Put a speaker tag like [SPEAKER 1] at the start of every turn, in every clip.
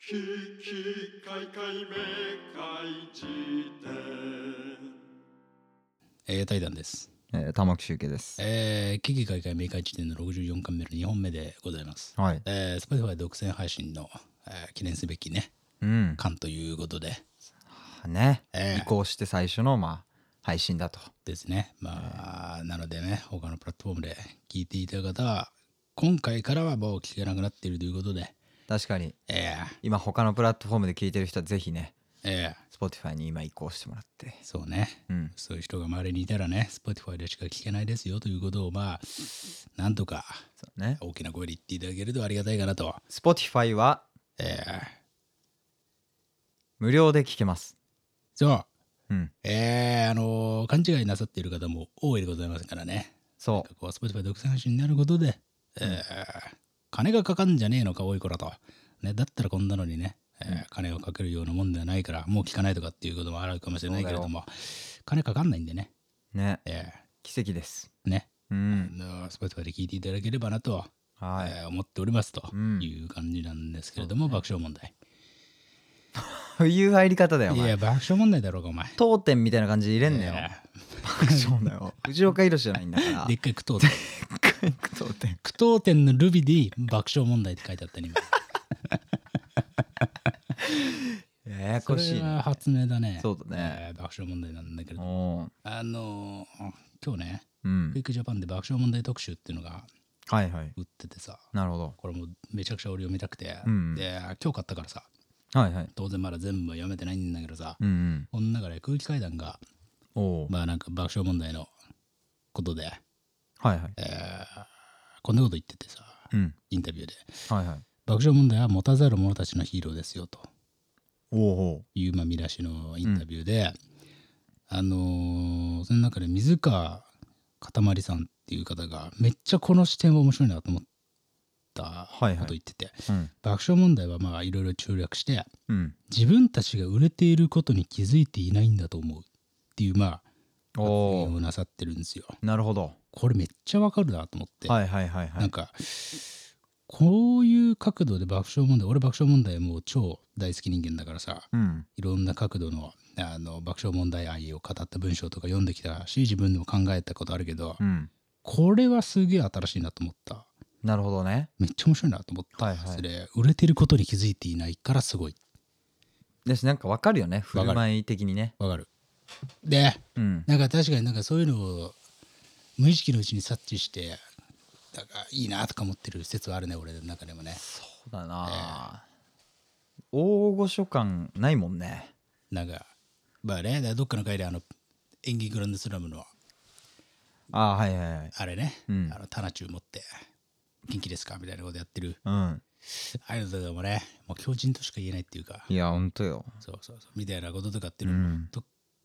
[SPEAKER 1] ききかいかいめかいじ典
[SPEAKER 2] えー、対談です。
[SPEAKER 3] えー、玉木周慶です。
[SPEAKER 2] えー、危機開会明快時点の64巻目の2本目でございます。
[SPEAKER 3] はい。
[SPEAKER 2] えー、Spotify 独占配信の、えー記念すべきね、
[SPEAKER 3] うん。
[SPEAKER 2] 巻ということで
[SPEAKER 3] ね、
[SPEAKER 2] ええ
[SPEAKER 3] 移行して最初の、まあ、配信だと。
[SPEAKER 2] ですね。まあ、なのでね、他のプラットフォームで聞いていた方は、今回からはもう聞けなくなっているということで、
[SPEAKER 3] 確かに、
[SPEAKER 2] えー、
[SPEAKER 3] 今他のプラットフォームで聞いてる人はぜひね、
[SPEAKER 2] え
[SPEAKER 3] Spotify に今移行してもらって。
[SPEAKER 2] ー、そうね。
[SPEAKER 3] うん。
[SPEAKER 2] そういう人が周りにいたらね、Spotify でしか聞けないですよということを、まあ、なんとか
[SPEAKER 3] そうね。
[SPEAKER 2] 大きな声で言っていただけるとありがたいかなと。
[SPEAKER 3] Spotify は
[SPEAKER 2] えー、
[SPEAKER 3] 無料で聞けます。
[SPEAKER 2] そう。
[SPEAKER 3] うん。
[SPEAKER 2] えー、あのー勘違いなさっている方も多いでございますからね。
[SPEAKER 3] そ
[SPEAKER 2] こう、Spotify 独占配信になることで、えー金がかかんじゃねえのか、多いからと。ね、だったらこんなのにね、えー金がかけるようなもんではないから、もう聞かないとかっていうこともあるかもしれないけれども、金かかんないんでね、
[SPEAKER 3] う。ね。
[SPEAKER 2] え
[SPEAKER 3] 奇跡です。
[SPEAKER 2] ー、ね、
[SPEAKER 3] うん。
[SPEAKER 2] あの Spotify で聞いていただければなと、
[SPEAKER 3] はい。
[SPEAKER 2] えー思っておりますと
[SPEAKER 3] うん
[SPEAKER 2] いう感じなんですけれども、爆笑問題。
[SPEAKER 3] という入り方だよ、お
[SPEAKER 2] い
[SPEAKER 3] 前。
[SPEAKER 2] や、爆笑問題だろうが、お前。
[SPEAKER 3] 当店みたいな感じで入れんなよ。
[SPEAKER 2] え
[SPEAKER 3] 爆笑だよ。藤岡弘じゃないんだから
[SPEAKER 2] ーで。っかい句読点。
[SPEAKER 3] 当店。
[SPEAKER 2] 句読点のルビで爆笑問題って書いてあったね、今。
[SPEAKER 3] やや
[SPEAKER 2] そ
[SPEAKER 3] こし
[SPEAKER 2] れ
[SPEAKER 3] いね。
[SPEAKER 2] は発明だね。
[SPEAKER 3] そうだ
[SPEAKER 2] え
[SPEAKER 3] ね。
[SPEAKER 2] ー爆笑問題なんだけれど、
[SPEAKER 3] おー
[SPEAKER 2] あのー今日ね、
[SPEAKER 3] うん
[SPEAKER 2] クイ。ックジャパンで爆笑問題特集っていうのが
[SPEAKER 3] はいはい。
[SPEAKER 2] 売っててさ、
[SPEAKER 3] なるほど。
[SPEAKER 2] これもめちゃくちゃ俺読みたくて、
[SPEAKER 3] うん
[SPEAKER 2] で、今日買ったからさ、
[SPEAKER 3] はいはい。
[SPEAKER 2] 当然まだ全部は読めてないんだけどさ、
[SPEAKER 3] うんうん。
[SPEAKER 2] この中で空気階段が、
[SPEAKER 3] おお、
[SPEAKER 2] まあなんか爆笑問題のことで、
[SPEAKER 3] はいはい。
[SPEAKER 2] えーこんなこと言っててさ、
[SPEAKER 3] うん。
[SPEAKER 2] インタビューで、
[SPEAKER 3] はいはい。
[SPEAKER 2] 爆笑問題は持たざる者たちのヒーローですよと。
[SPEAKER 3] おお
[SPEAKER 2] いうまあ見出しのインタビューで、あのーその中で水川かたまりさんっていう方がめっちゃこの視点は面白いなと思った
[SPEAKER 3] はいはい
[SPEAKER 2] こと言ってて、
[SPEAKER 3] うん。
[SPEAKER 2] 爆笑問題はまあいろいろ中略して
[SPEAKER 3] うん。
[SPEAKER 2] 自分たちが売れていることに気づいていないんだと思うっていうまあ
[SPEAKER 3] お
[SPEAKER 2] 発言
[SPEAKER 3] お
[SPEAKER 2] を。なさってるんですよ。
[SPEAKER 3] なるほど。
[SPEAKER 2] これめっちゃわかるなと思って、
[SPEAKER 3] はいはいはいは
[SPEAKER 2] ないん。かこういう角度で爆笑問題俺爆笑問題もう超大好き人間だからさ、
[SPEAKER 3] うん。
[SPEAKER 2] いろんな角度のあの爆笑問題愛を語った文章とか読んできたし自分でも考えたことあるけど、
[SPEAKER 3] うん。
[SPEAKER 2] これはすげえ新しいなと思った
[SPEAKER 3] なるほどね。
[SPEAKER 2] めっちゃ面白いなと思った、
[SPEAKER 3] はいはい
[SPEAKER 2] それ売れてることに気づいていないからすごい
[SPEAKER 3] ですなんかわかるよね。振
[SPEAKER 2] かる
[SPEAKER 3] る舞い的にね。
[SPEAKER 2] わかるで
[SPEAKER 3] うん。
[SPEAKER 2] なんか確かになんかそういうのを無意識のうちに察知してなんかいいなとか思ってる説はあるね俺の中でもね
[SPEAKER 3] そうだな。大御所感ないもんね。
[SPEAKER 2] なんかまあねだからどっかの回であの演技グランドスラムの
[SPEAKER 3] ああはいはいはい。
[SPEAKER 2] あれね、
[SPEAKER 3] うん
[SPEAKER 2] あのタナチュー持って元気ですかみたいなことやってる
[SPEAKER 3] うん。
[SPEAKER 2] ああいうのとかもね、もう強人としか言えないっていうか、
[SPEAKER 3] いやほんとよ。
[SPEAKER 2] そうそうそう、みたいなこととかっていう
[SPEAKER 3] う
[SPEAKER 2] のも
[SPEAKER 3] ん。
[SPEAKER 2] と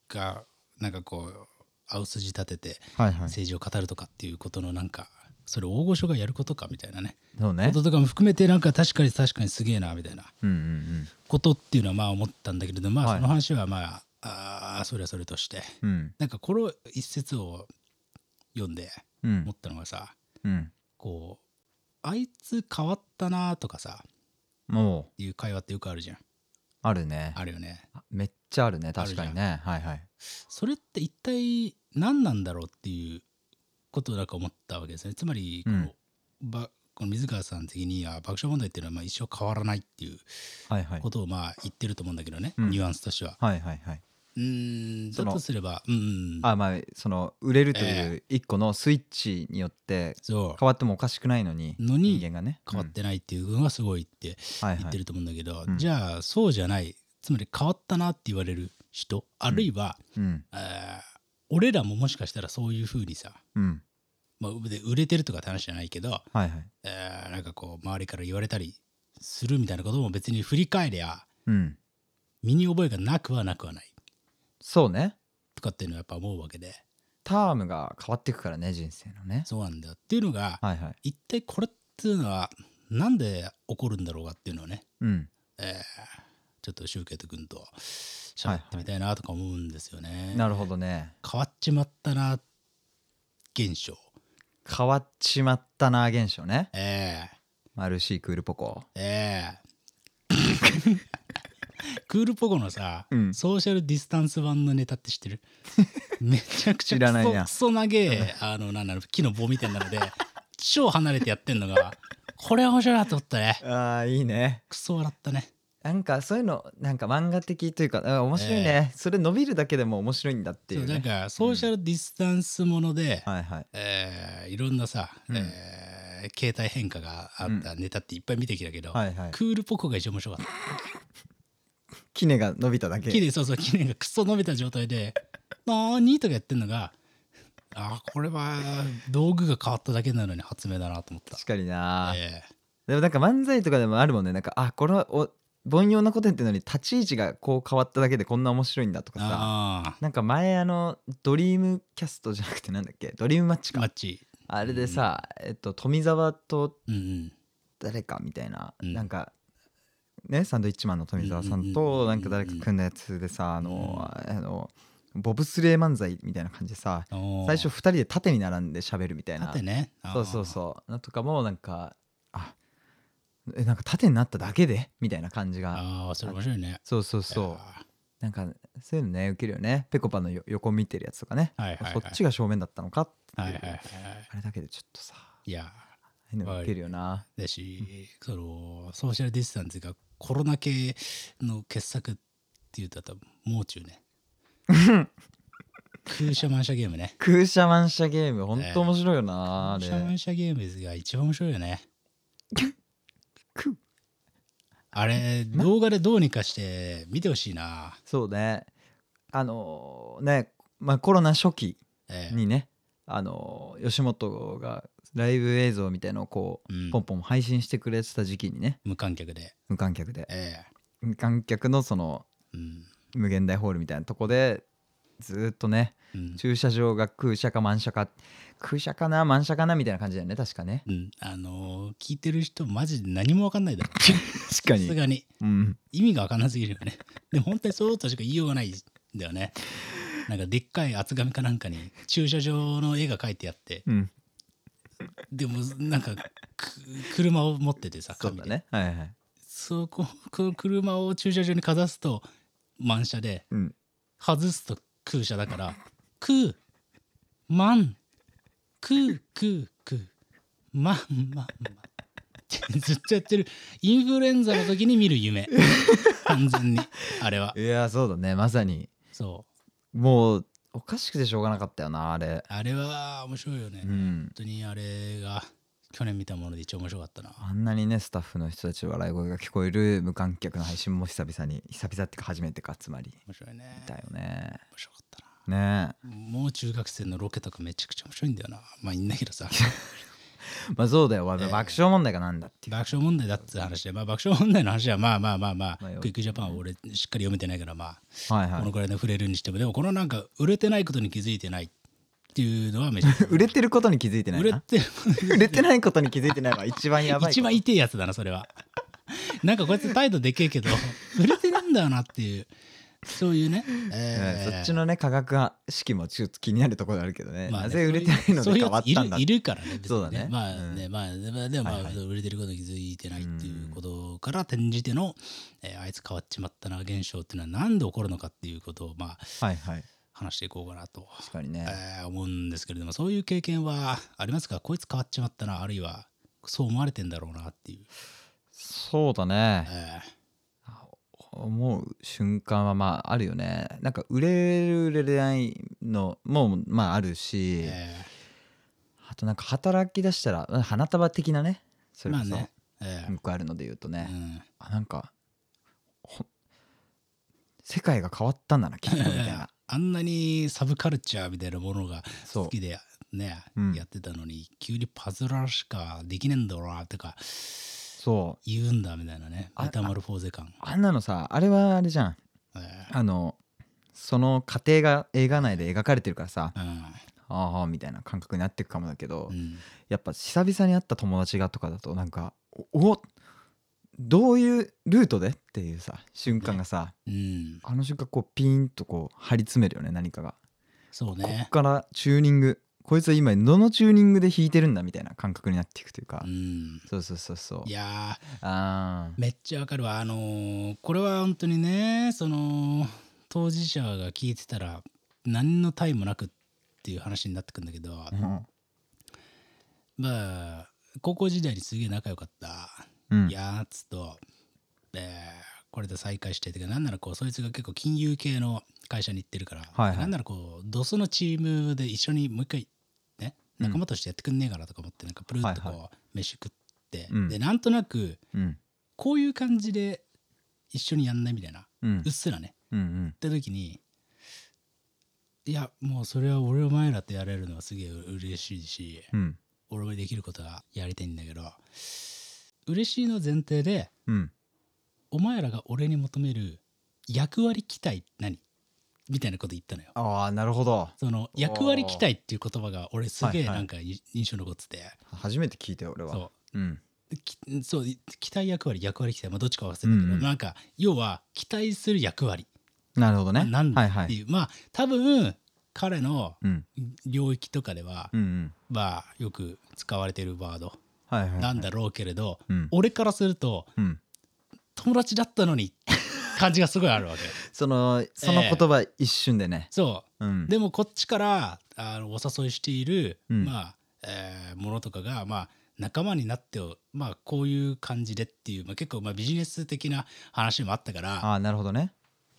[SPEAKER 2] か、なんかこう、青筋立てて
[SPEAKER 3] はいはい。
[SPEAKER 2] 政治を語るとかっていうことのなんか、それ大御所がやることかみたいなね、
[SPEAKER 3] そう
[SPEAKER 2] こ
[SPEAKER 3] ね。
[SPEAKER 2] ととかも含めて、なんか確かに確かにすげえなみたいな
[SPEAKER 3] うんうん
[SPEAKER 2] ことっていうのはまあ思ったんだけれど、まあ
[SPEAKER 3] はい
[SPEAKER 2] その話はまあ、あーそれはそれとして、
[SPEAKER 3] うん。うん。
[SPEAKER 2] なんかこの一節を読んで
[SPEAKER 3] う
[SPEAKER 2] 思
[SPEAKER 3] ん
[SPEAKER 2] っ。たのがさ、
[SPEAKER 3] うん。
[SPEAKER 2] こう、あいつ変わったなとかさ、
[SPEAKER 3] もう
[SPEAKER 2] いう会話ってよくあるじゃん。
[SPEAKER 3] あるね。
[SPEAKER 2] あるよね。
[SPEAKER 3] めっちゃあるね。確かにね。はいはい。
[SPEAKER 2] それって一体何なんだろうっていうことだと思ったわけですねつまりこの,、ばこの水川さん的には爆笑問題っていうのはまあ一生変わらないっていう
[SPEAKER 3] はいはい。
[SPEAKER 2] ことをまあ言ってると思うんだけどね、
[SPEAKER 3] うん
[SPEAKER 2] ニュアンスとしては。
[SPEAKER 3] はいはいはい。
[SPEAKER 2] うーん
[SPEAKER 3] そ
[SPEAKER 2] だ
[SPEAKER 3] の
[SPEAKER 2] とすればうん
[SPEAKER 3] あまあその売れるという一個のスイッチによって
[SPEAKER 2] そう
[SPEAKER 3] 変わってもおかしくないのに
[SPEAKER 2] のに
[SPEAKER 3] 人間がね
[SPEAKER 2] 変わっ、てないっていうのがすごいって
[SPEAKER 3] うんはい
[SPEAKER 2] 言
[SPEAKER 3] は
[SPEAKER 2] って
[SPEAKER 3] い
[SPEAKER 2] ると思うんだけど、
[SPEAKER 3] うん
[SPEAKER 2] じゃあそうじゃないつまり変わったなって言われる人あるいは、
[SPEAKER 3] うん
[SPEAKER 2] えー俺らももしかしたらそういうふうにさ、
[SPEAKER 3] うん
[SPEAKER 2] まあ、で売れてるとかって話じゃないけど、
[SPEAKER 3] はいはい
[SPEAKER 2] えーなんかこう周りから言われたりするみたいなことも別に振り返りゃ
[SPEAKER 3] うん
[SPEAKER 2] 身に覚えがなくはなくはない
[SPEAKER 3] そうね
[SPEAKER 2] とかっていうのはやっぱ思うわけで
[SPEAKER 3] タームが変わっていくからね人生のね
[SPEAKER 2] そうなんだよっていうのが
[SPEAKER 3] はいはい
[SPEAKER 2] 一体これっていうのはなんで起こるんだろうかっていうのをね、
[SPEAKER 3] うん
[SPEAKER 2] えーちょっとシュウケイト君と喋ってみたいなとか思うんですよね、
[SPEAKER 3] なるほどね
[SPEAKER 2] 変わっちまったな現象
[SPEAKER 3] 変わっちまったな現象ね
[SPEAKER 2] え
[SPEAKER 3] マルシークールポコ
[SPEAKER 2] ー、えー クールポコのさ、
[SPEAKER 3] うん
[SPEAKER 2] ソーシャルディスタンス版のネタって知って るめちゃくちゃ
[SPEAKER 3] 知らない
[SPEAKER 2] クソ
[SPEAKER 3] な
[SPEAKER 2] クソ長えあのなんなの木の棒みたいなので超離れてやってんのがこれは面白いなと思ったね
[SPEAKER 3] ああいいね
[SPEAKER 2] クソ笑ったね
[SPEAKER 3] なんかそういうのなんか漫画的というかあ面白いね、それ伸びるだけでも面白いんだってい
[SPEAKER 2] そう
[SPEAKER 3] う
[SPEAKER 2] なん
[SPEAKER 3] ね
[SPEAKER 2] かソーシャルディスタンスもので、
[SPEAKER 3] はいはい
[SPEAKER 2] えーいろんなさ、
[SPEAKER 3] うん
[SPEAKER 2] えー携帯変化があったネタっていっぱい見てきたけど、
[SPEAKER 3] はいはい
[SPEAKER 2] クールポコが一番面白かった
[SPEAKER 3] キネが伸びただけ
[SPEAKER 2] 綺麗そうそう綺麗がクソ伸びた状態で 「なーに?」とかやってんのがあーこれは道具が変わっただけなのに発明だなと思った
[SPEAKER 3] 確かにな、
[SPEAKER 2] ええ
[SPEAKER 3] でもなんか漫才とかでもあるもんねなんかあこれはお凡庸なことやってるのに立ち位置がこう変わっただけでこんな面白いんだとかさ
[SPEAKER 2] あ
[SPEAKER 3] なんか前あのドリームキャストじゃなくてなんだっけドリームマッチ
[SPEAKER 2] あ
[SPEAKER 3] か、
[SPEAKER 2] マッチ
[SPEAKER 3] あれでさ、えっと富澤と
[SPEAKER 2] うんうん
[SPEAKER 3] 誰かみたいな、
[SPEAKER 2] うん
[SPEAKER 3] なんかねサンドイッチマンの富澤さんと
[SPEAKER 2] うん
[SPEAKER 3] なんか誰か組んだやつでさあの,、あのボブスレー漫才みたいな感じでさ
[SPEAKER 2] おー
[SPEAKER 3] 最初2人で縦に並んで喋るみたいな
[SPEAKER 2] 縦ね
[SPEAKER 3] そうそうそうなんとかもなんかあえなんか縦になっただけでみたいな感じが
[SPEAKER 2] あーあーそれ面白いね
[SPEAKER 3] そうそうそう
[SPEAKER 2] あ
[SPEAKER 3] なんかそういうのね受けるよねぺこぱのよ横見てるやつとかね、
[SPEAKER 2] はいはいはい
[SPEAKER 3] そっちが正面だったのかって
[SPEAKER 2] ー
[SPEAKER 3] い
[SPEAKER 2] は
[SPEAKER 3] う、
[SPEAKER 2] いはいはい
[SPEAKER 3] あれだけでちょっとさあ
[SPEAKER 2] いや
[SPEAKER 3] あいうの受けるよな、
[SPEAKER 2] だしそのソーシャルディスタンスがコロナ系の傑作っていうとあともう中 ね空車満車ゲームね
[SPEAKER 3] 空車満車ゲームほんと面白いよな、
[SPEAKER 2] 空車
[SPEAKER 3] あれ
[SPEAKER 2] 満車ゲームが一番面白いよね
[SPEAKER 3] く
[SPEAKER 2] あれ動画でどうにかして見てほしいな、
[SPEAKER 3] そうねあのーね、まあ、コロナ初期
[SPEAKER 2] ええ
[SPEAKER 3] にね、あのー吉本がライブ映像みたいのをこう、
[SPEAKER 2] うん
[SPEAKER 3] ポンポン配信してくれてた時期にね
[SPEAKER 2] 無観客で、
[SPEAKER 3] 無観客で
[SPEAKER 2] え
[SPEAKER 3] 無観客のその
[SPEAKER 2] えうん
[SPEAKER 3] 無限大ホールみたいなとこでずーっとね
[SPEAKER 2] うん
[SPEAKER 3] 駐車場が空車か満車か空車かな満車かなみたいな感じだよね確かね
[SPEAKER 2] うんあのー聞いてる人マジで何も分かんないだろ
[SPEAKER 3] 確か
[SPEAKER 2] さす
[SPEAKER 3] に
[SPEAKER 2] がに
[SPEAKER 3] うん
[SPEAKER 2] 意味が分かんなすぎるよねでも本当にそうとしか言いようがないんだよねなんかでっかい厚紙かなんかに駐車場の絵が描いてあって
[SPEAKER 3] うん
[SPEAKER 2] でもなんかく車を持っててさ
[SPEAKER 3] そう
[SPEAKER 2] 紙
[SPEAKER 3] だ
[SPEAKER 2] で
[SPEAKER 3] ねはいはい
[SPEAKER 2] そこ この車を駐車場にかざすと満車で
[SPEAKER 3] うん
[SPEAKER 2] 外すと空車だ から「く」「まん」「く」「く」「く」「まん」「まん」 「まん」ってずっとやってるインフルエンザの時に見る 夢完全にあれはい
[SPEAKER 3] やそうだねまさに
[SPEAKER 2] そう
[SPEAKER 3] もうおかしくてしょうがなかったよなあれ
[SPEAKER 2] あれは面白いよね、
[SPEAKER 3] う
[SPEAKER 2] 本
[SPEAKER 3] ん
[SPEAKER 2] 当にあれが去年見たもので一応面白かったな
[SPEAKER 3] あんなにねスタッフの人たちの笑い声が聞こえる無観客の配信も久々に久々っていうか初めてかつまり
[SPEAKER 2] 面白いね
[SPEAKER 3] だよね
[SPEAKER 2] 面白かったな
[SPEAKER 3] ねえ
[SPEAKER 2] もう中学生のロケとかめちゃくちゃ面白いんだよなまあいいんだけ どさ
[SPEAKER 3] まあそうだよ、わ
[SPEAKER 2] ええ
[SPEAKER 3] 爆笑問題がなんだっていう
[SPEAKER 2] 爆笑問題だって話で、まあ、爆笑問題の話はまあまあまあまあ、
[SPEAKER 3] まあよ
[SPEAKER 2] クイックジャパンは俺しっかり読めてないからま
[SPEAKER 3] はい
[SPEAKER 2] あ、
[SPEAKER 3] は
[SPEAKER 2] この
[SPEAKER 3] い
[SPEAKER 2] くらいの触れるにしてもでもこのなんか売れてないことに気づいてないっていうのはめちゃくちゃ
[SPEAKER 3] 売れてることに気づいてない
[SPEAKER 2] 売れ
[SPEAKER 3] な
[SPEAKER 2] て
[SPEAKER 3] 売れてないことに気づいてないのは一番やばいこと
[SPEAKER 2] 一番痛いやつだなそれはなんかこいつ態度でけえけど売れてないんだよなっていうそういうね、
[SPEAKER 3] え
[SPEAKER 2] え
[SPEAKER 3] え
[SPEAKER 2] ー
[SPEAKER 3] そっちのね化学式もちょっと気になるところあるけどね、
[SPEAKER 2] まあね
[SPEAKER 3] なぜ売れてないの
[SPEAKER 2] そ
[SPEAKER 3] で
[SPEAKER 2] ういう
[SPEAKER 3] 変わったんだ
[SPEAKER 2] そういうやついるいるからね別に
[SPEAKER 3] そうだね
[SPEAKER 2] まあ
[SPEAKER 3] うん
[SPEAKER 2] ね、まあまあでもまあ、
[SPEAKER 3] はいはい
[SPEAKER 2] 売れてることに気づいてないっていうことから転じての、えーあいつ変わっちまったな現象っていうのはなんで起こるのかっていうことをまあ
[SPEAKER 3] はいはい
[SPEAKER 2] 話していこうかなと、
[SPEAKER 3] 確かにね、
[SPEAKER 2] えー思うんですけれどもそういう経験はありますかこいつ変わっちまったなあるいはそう思われてんだろうなっていう、
[SPEAKER 3] そうだね、
[SPEAKER 2] え
[SPEAKER 3] 思う瞬間はまああるよねなんか売れる売れないのもまああるし、
[SPEAKER 2] ーえ
[SPEAKER 3] あとなんか働き出したらうん花束的なねそ
[SPEAKER 2] ー
[SPEAKER 3] れ
[SPEAKER 2] まあ
[SPEAKER 3] こそ、
[SPEAKER 2] ね、え
[SPEAKER 3] 向くあるので言うとね、
[SPEAKER 2] ーうん
[SPEAKER 3] あなんかほ世界が変わったんだなきっとみたいな
[SPEAKER 2] あんなにサブカルチャーみたいなものが
[SPEAKER 3] そう
[SPEAKER 2] 好きでね、
[SPEAKER 3] うん
[SPEAKER 2] やってたのに急にパズラしかできねえんだろうなとか
[SPEAKER 3] そう
[SPEAKER 2] 言うんだみたいなね
[SPEAKER 3] あ
[SPEAKER 2] メタモルフォーゼ感、
[SPEAKER 3] あんなのさあれはあれじゃん
[SPEAKER 2] え
[SPEAKER 3] あのその過程が映画内で描かれてるからさ
[SPEAKER 2] え
[SPEAKER 3] ああみたいな感覚になってくかもだけど、
[SPEAKER 2] うんうん
[SPEAKER 3] やっぱ久々に会った友達がとかだとなんかおおどういうルートでっていうさ瞬間がさ、
[SPEAKER 2] うん
[SPEAKER 3] あの瞬間こうピーンとこう張り詰めるよね何かが、
[SPEAKER 2] そう
[SPEAKER 3] こ
[SPEAKER 2] ね
[SPEAKER 3] っからチューニングこいつは今どのチューニングで弾いてるんだみたいな感覚になっていくというか、
[SPEAKER 2] うん
[SPEAKER 3] そうそうそうそう
[SPEAKER 2] いやー
[SPEAKER 3] あー
[SPEAKER 2] めっちゃわかるわあのーこれは本当にねその当事者が聞いてたら何の対もなくっていう話になってくんだけど、
[SPEAKER 3] うん
[SPEAKER 2] まあ高校時代にすげえ仲良かった
[SPEAKER 3] うん
[SPEAKER 2] やつと、えーこれで再会しててかなんならこうそいつが結構金融系の会社に行ってるから、
[SPEAKER 3] はいはい
[SPEAKER 2] なんならこうドスのチームで一緒にもう一回ね
[SPEAKER 3] うん
[SPEAKER 2] 仲間としてやってくんねえからとか思ってなんかプルーっとこう、
[SPEAKER 3] はい
[SPEAKER 2] 飯食って、
[SPEAKER 3] うん
[SPEAKER 2] でなんとなく
[SPEAKER 3] うん
[SPEAKER 2] こういう感じで一緒にやんないみたいな
[SPEAKER 3] うん
[SPEAKER 2] うっすらね
[SPEAKER 3] うんうん
[SPEAKER 2] 言った時にいやもうそれは俺お前らとやれるのはすげえ嬉しいし
[SPEAKER 3] うん
[SPEAKER 2] 俺もできることはやりたいんだけど嬉しいの前提で
[SPEAKER 3] うん
[SPEAKER 2] お前らが俺に求める役割期待って何みたいなこと言ったのよ。
[SPEAKER 3] ああなるほど
[SPEAKER 2] その
[SPEAKER 3] おー
[SPEAKER 2] 役割期待っていう言葉が俺すげえ
[SPEAKER 3] はいはい
[SPEAKER 2] なんかい印象に残ってて、
[SPEAKER 3] 初めて聞いたよ俺は、
[SPEAKER 2] そう
[SPEAKER 3] ん、
[SPEAKER 2] きそう期待役割役割期待、まあ、どっちか忘れたけど、
[SPEAKER 3] うんうん
[SPEAKER 2] なんか要は期待する役割
[SPEAKER 3] なるほどね
[SPEAKER 2] なんだ
[SPEAKER 3] は
[SPEAKER 2] っ
[SPEAKER 3] い
[SPEAKER 2] ていう、
[SPEAKER 3] はい
[SPEAKER 2] まあ多分彼の
[SPEAKER 3] うん
[SPEAKER 2] 領域とかでは、
[SPEAKER 3] うんうん
[SPEAKER 2] まあよく使われてるワード
[SPEAKER 3] はいはいはい
[SPEAKER 2] なんだろうけれど、
[SPEAKER 3] うん
[SPEAKER 2] 俺からすると
[SPEAKER 3] うん
[SPEAKER 2] 友達だったのに感じがすごいあ るわけ
[SPEAKER 3] そのその言葉一瞬でね、
[SPEAKER 2] そううんでもこっちからあのお誘いしている、
[SPEAKER 3] うん
[SPEAKER 2] まあえーものとかがまあ仲間になってをまあこういう感じでっていう、まあ、結構まあビジネス的な話もあったから
[SPEAKER 3] ああなるほどね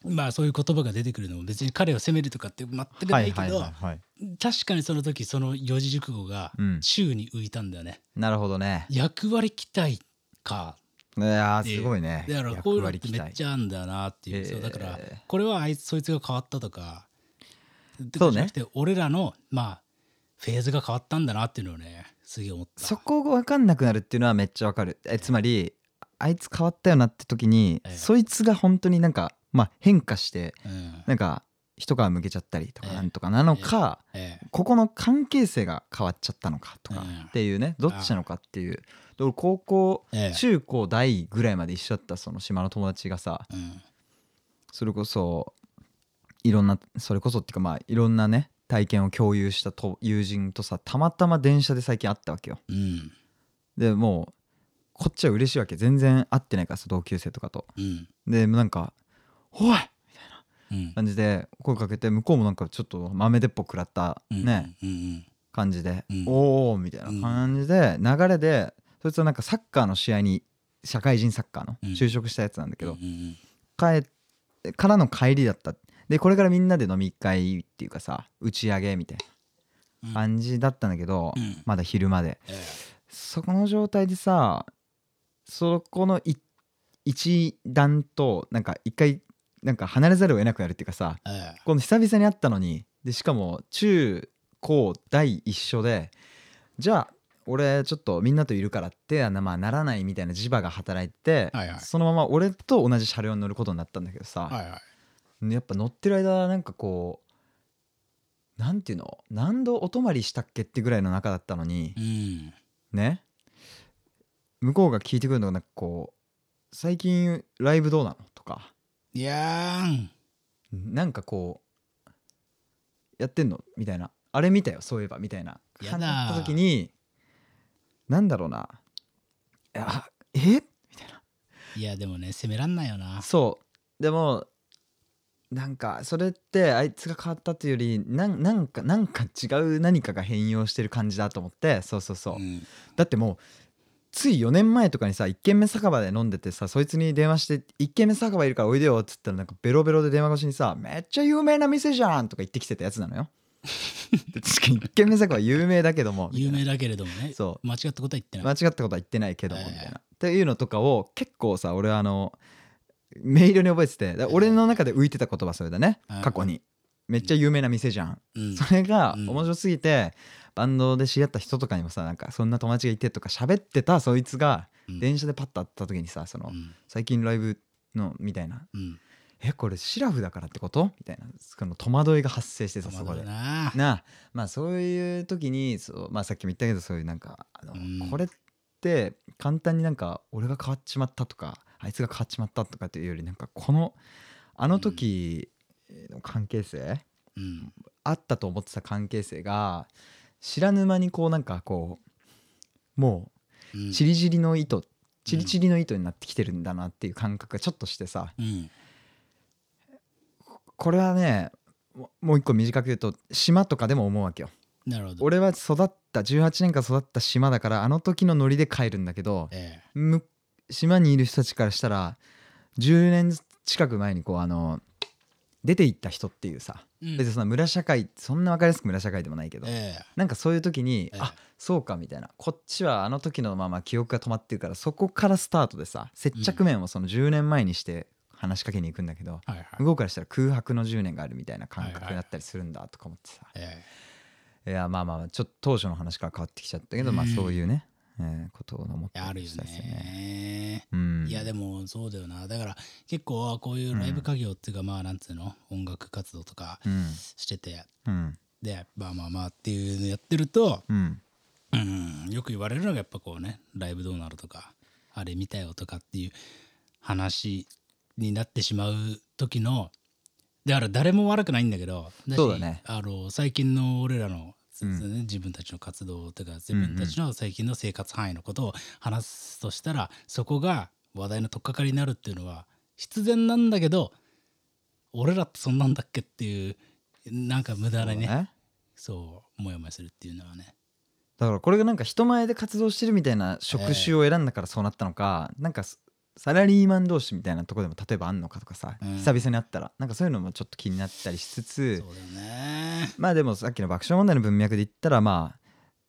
[SPEAKER 2] まあそういう言葉が出てくるのも別に彼を責めるとかって全く
[SPEAKER 3] は
[SPEAKER 2] ないいけど、
[SPEAKER 3] はいはいはい
[SPEAKER 2] 確かにその時その四字熟語が
[SPEAKER 3] うん
[SPEAKER 2] 宙に浮いたんだよね、
[SPEAKER 3] なるほどね
[SPEAKER 2] 役割期待か
[SPEAKER 3] いや
[SPEAKER 2] ってい
[SPEAKER 3] ー
[SPEAKER 2] う
[SPEAKER 3] すごいね
[SPEAKER 2] だからこういうのってめっちゃあんだよなっていう、
[SPEAKER 3] えー
[SPEAKER 2] そうだからこれはあいつそいつが変わったとか
[SPEAKER 3] そうね
[SPEAKER 2] じゃなくて俺らのまあフェーズが変わったんだなっていうのをねすげえ思った
[SPEAKER 3] そこが分かんなくなるっていうのはめっちゃ分かるえつまりあいつ変わったよなって時に、
[SPEAKER 2] ええ
[SPEAKER 3] そいつが本当になんか、まあ、変化して
[SPEAKER 2] うん
[SPEAKER 3] なんか一皮向けちゃったりと
[SPEAKER 2] え
[SPEAKER 3] か
[SPEAKER 2] え
[SPEAKER 3] なんとかなのか、
[SPEAKER 2] ええ
[SPEAKER 3] ここの関係性が変わっちゃったのかとか
[SPEAKER 2] うん
[SPEAKER 3] っていうねどっちなのかっていうで俺高校
[SPEAKER 2] ええ
[SPEAKER 3] 中高大ぐらいまで一緒だったその島の友達がさ
[SPEAKER 2] うん
[SPEAKER 3] それこそいろんなそれこそっていうかまあいろんなね体験を共有したと友人とさたまたま電車で最近会ったわけよ。
[SPEAKER 2] うん
[SPEAKER 3] でもうこっちは嬉しいわけ全然会ってないからさ同級生とかと。
[SPEAKER 2] うん
[SPEAKER 3] でもうなんか「おい!」
[SPEAKER 2] うん
[SPEAKER 3] 感じで声かけて向こうもなんかちょっと豆鉄砲食らった
[SPEAKER 2] うん
[SPEAKER 3] ね、
[SPEAKER 2] うんうん
[SPEAKER 3] 感じで「
[SPEAKER 2] うん
[SPEAKER 3] おお」みたいな感じで流れでそいつはなんかサッカーの試合に社会人サッカーの
[SPEAKER 2] うん
[SPEAKER 3] 就職したやつなんだけど、
[SPEAKER 2] うんうん
[SPEAKER 3] 帰ってからの帰りだったでこれからみんなで飲み会っていうかさ打ち上げみたい
[SPEAKER 2] うん
[SPEAKER 3] な感じだったんだけど、
[SPEAKER 2] うん
[SPEAKER 3] まだ昼間で
[SPEAKER 2] え
[SPEAKER 3] そこの状態でさそこのい一段となんか一回なんか離れざるを得なくなるっていうかさ
[SPEAKER 2] ええ
[SPEAKER 3] この久々に会ったのにでしかも中高大一緒でじゃあ俺ちょっとみんなといるからってあのまあならないみたいな磁場が働いて、
[SPEAKER 2] はいはい
[SPEAKER 3] そのまま俺と同じ車両に乗ることになったんだけどさ、
[SPEAKER 2] えはいはい
[SPEAKER 3] やっぱ乗ってる間なんかこうなんていうの何度お泊まりしたっけってぐらいの中だったのに
[SPEAKER 2] う、ん
[SPEAKER 3] ね向こうが聞いてくるのがなんかこう「最近ライブどうなの?」とか
[SPEAKER 2] いやーん
[SPEAKER 3] なんかこうやってんのみたいなあれ見たよそういえばみたいな
[SPEAKER 2] やだ
[SPEAKER 3] 感じだった時になんだろうないやえ
[SPEAKER 2] いやでもね責めらんないよな
[SPEAKER 3] そうでもなんかそれってあいつが変わったというよりなんなんかなんか違う何かが変容してる感じだと思ってそうそうそう、
[SPEAKER 2] うん
[SPEAKER 3] だってもうつい4年前とかにさ1軒目酒場で飲んでてさそいつに電話して「1軒目酒場いるからおいでよ」っつったらなんかベロベロで電話越しにさ「めっちゃ有名な店じゃん」とか言ってきてたやつなのよ。で確 かに1軒目酒場有名だけどもみたい
[SPEAKER 2] 有
[SPEAKER 3] な
[SPEAKER 2] 名だけれどもね
[SPEAKER 3] そ
[SPEAKER 2] 間違ったことは言って
[SPEAKER 3] 間
[SPEAKER 2] な
[SPEAKER 3] 違
[SPEAKER 2] い
[SPEAKER 3] ったことは言ってないけども
[SPEAKER 2] ええ
[SPEAKER 3] みたいな。っていうのとかを結構さ俺はあの明瞭に覚えててだから俺の中で浮いてた言葉それだね
[SPEAKER 2] ええ
[SPEAKER 3] 過去に。めっちゃ有名な店じゃん
[SPEAKER 2] うん
[SPEAKER 3] それが
[SPEAKER 2] うん
[SPEAKER 3] 面白すぎて、バンドで知り合った人とかにもさなんかそんな友達がいてとか喋ってたそいつが
[SPEAKER 2] うん
[SPEAKER 3] 電車でパッと会った時にさその、
[SPEAKER 2] うん
[SPEAKER 3] 最近ライブのみたいな
[SPEAKER 2] うん
[SPEAKER 3] えこれシラフだからってことみたいなその戸惑いが発生してさそ
[SPEAKER 2] 戸
[SPEAKER 3] こ
[SPEAKER 2] 惑
[SPEAKER 3] で
[SPEAKER 2] う。な
[SPEAKER 3] なあまあそういう時にそう、まあ、さっきも言ったけどそういうなんかあの、
[SPEAKER 2] うん
[SPEAKER 3] これって簡単になんか俺が変わっちまったとかあいつが変わっちまったとかっていうよりなんかこのあの時の関係性、
[SPEAKER 2] うん
[SPEAKER 3] あったと思ってた関係性が知らぬ間にこうなんかこうも
[SPEAKER 2] う
[SPEAKER 3] うんチリチリの糸チリチリの糸になってきてるんだなっていう感覚がちょっとしてさ
[SPEAKER 2] うん
[SPEAKER 3] これはねももう一個短く言うと島とかでも思うわけよ
[SPEAKER 2] なるほど。
[SPEAKER 3] 俺は育った18年間育った島だからあの時のノリで帰るんだけど
[SPEAKER 2] え
[SPEAKER 3] む島にいる人たちからしたら10年近く前にこうあの出て行った人っていうさ
[SPEAKER 2] えうん
[SPEAKER 3] 別にそんな村社会そんな分かりやすく村社会でもないけど
[SPEAKER 2] え
[SPEAKER 3] なんかそういう時に
[SPEAKER 2] ええ
[SPEAKER 3] あそうかみたいなこっちはあの時のまま記憶が止まってるからそこからスタートでさ接着面をその10年前にして話しかけに行くんだけど
[SPEAKER 2] えはいはい
[SPEAKER 3] 向こうからしたら空白の10年があるみたいな感
[SPEAKER 2] はいは
[SPEAKER 3] 覚
[SPEAKER 2] い
[SPEAKER 3] だったりするんだとか思ってさ
[SPEAKER 2] え
[SPEAKER 3] いやまあまあちょっと当初の話から変わってきちゃったけどまあ
[SPEAKER 2] うん
[SPEAKER 3] そういうねえーことを思っ
[SPEAKER 2] え
[SPEAKER 3] て
[SPEAKER 2] あるよ
[SPEAKER 3] したです
[SPEAKER 2] ね。
[SPEAKER 3] うん
[SPEAKER 2] いやでもそうだよなだから結構あこういうライブ家業っていうかまあなんつうの音楽活動とか
[SPEAKER 3] うん
[SPEAKER 2] してて
[SPEAKER 3] うん
[SPEAKER 2] でまあまあまあっていうのやってると
[SPEAKER 3] うん
[SPEAKER 2] うんよく言われるのがやっぱこうねライブどうなるとかあれ見たよとかっていう話になってしまう時のだから誰も悪くないんだけどし
[SPEAKER 3] そうだね
[SPEAKER 2] あの最近の俺らの、
[SPEAKER 3] うん
[SPEAKER 2] そうですね自分たちの活動とか自分たちの最近の生活範囲のことを話すとしたら、そこが話題の取っかかりになるっていうのは必然なんだけど俺らってそんなんだっけっていうなんか無駄な
[SPEAKER 3] そうだ
[SPEAKER 2] ね
[SPEAKER 3] ね
[SPEAKER 2] そうモヤモヤするっていうのはね。
[SPEAKER 3] だからこれがなんか人前で活動してるみたいな職種を選んだからそうなったのか、なんかササラリーマン同士みたいなとこでも例えばあんのかとかさ、
[SPEAKER 2] うん
[SPEAKER 3] 久々に会ったらなんかそういうのもちょっと気になったりしつつ
[SPEAKER 2] そうだよね。
[SPEAKER 3] まあでもさっきの爆笑問題の文脈で言ったらまあ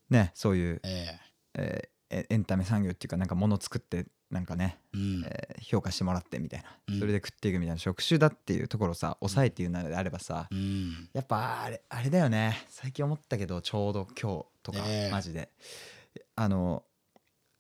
[SPEAKER 3] ねそういう、
[SPEAKER 2] え
[SPEAKER 3] えーエエンタメ産業っていうかなんか物作ってなんかね、
[SPEAKER 2] えうん。
[SPEAKER 3] えー評価してもらってみたいな、
[SPEAKER 2] うん
[SPEAKER 3] それで食っていくみたいな職種だっていうところをさ抑えて言うならであればさ、
[SPEAKER 2] うん。
[SPEAKER 3] やっぱあれあれだよね最近思ったけどちょうど今日とか、
[SPEAKER 2] ねえ
[SPEAKER 3] マジであの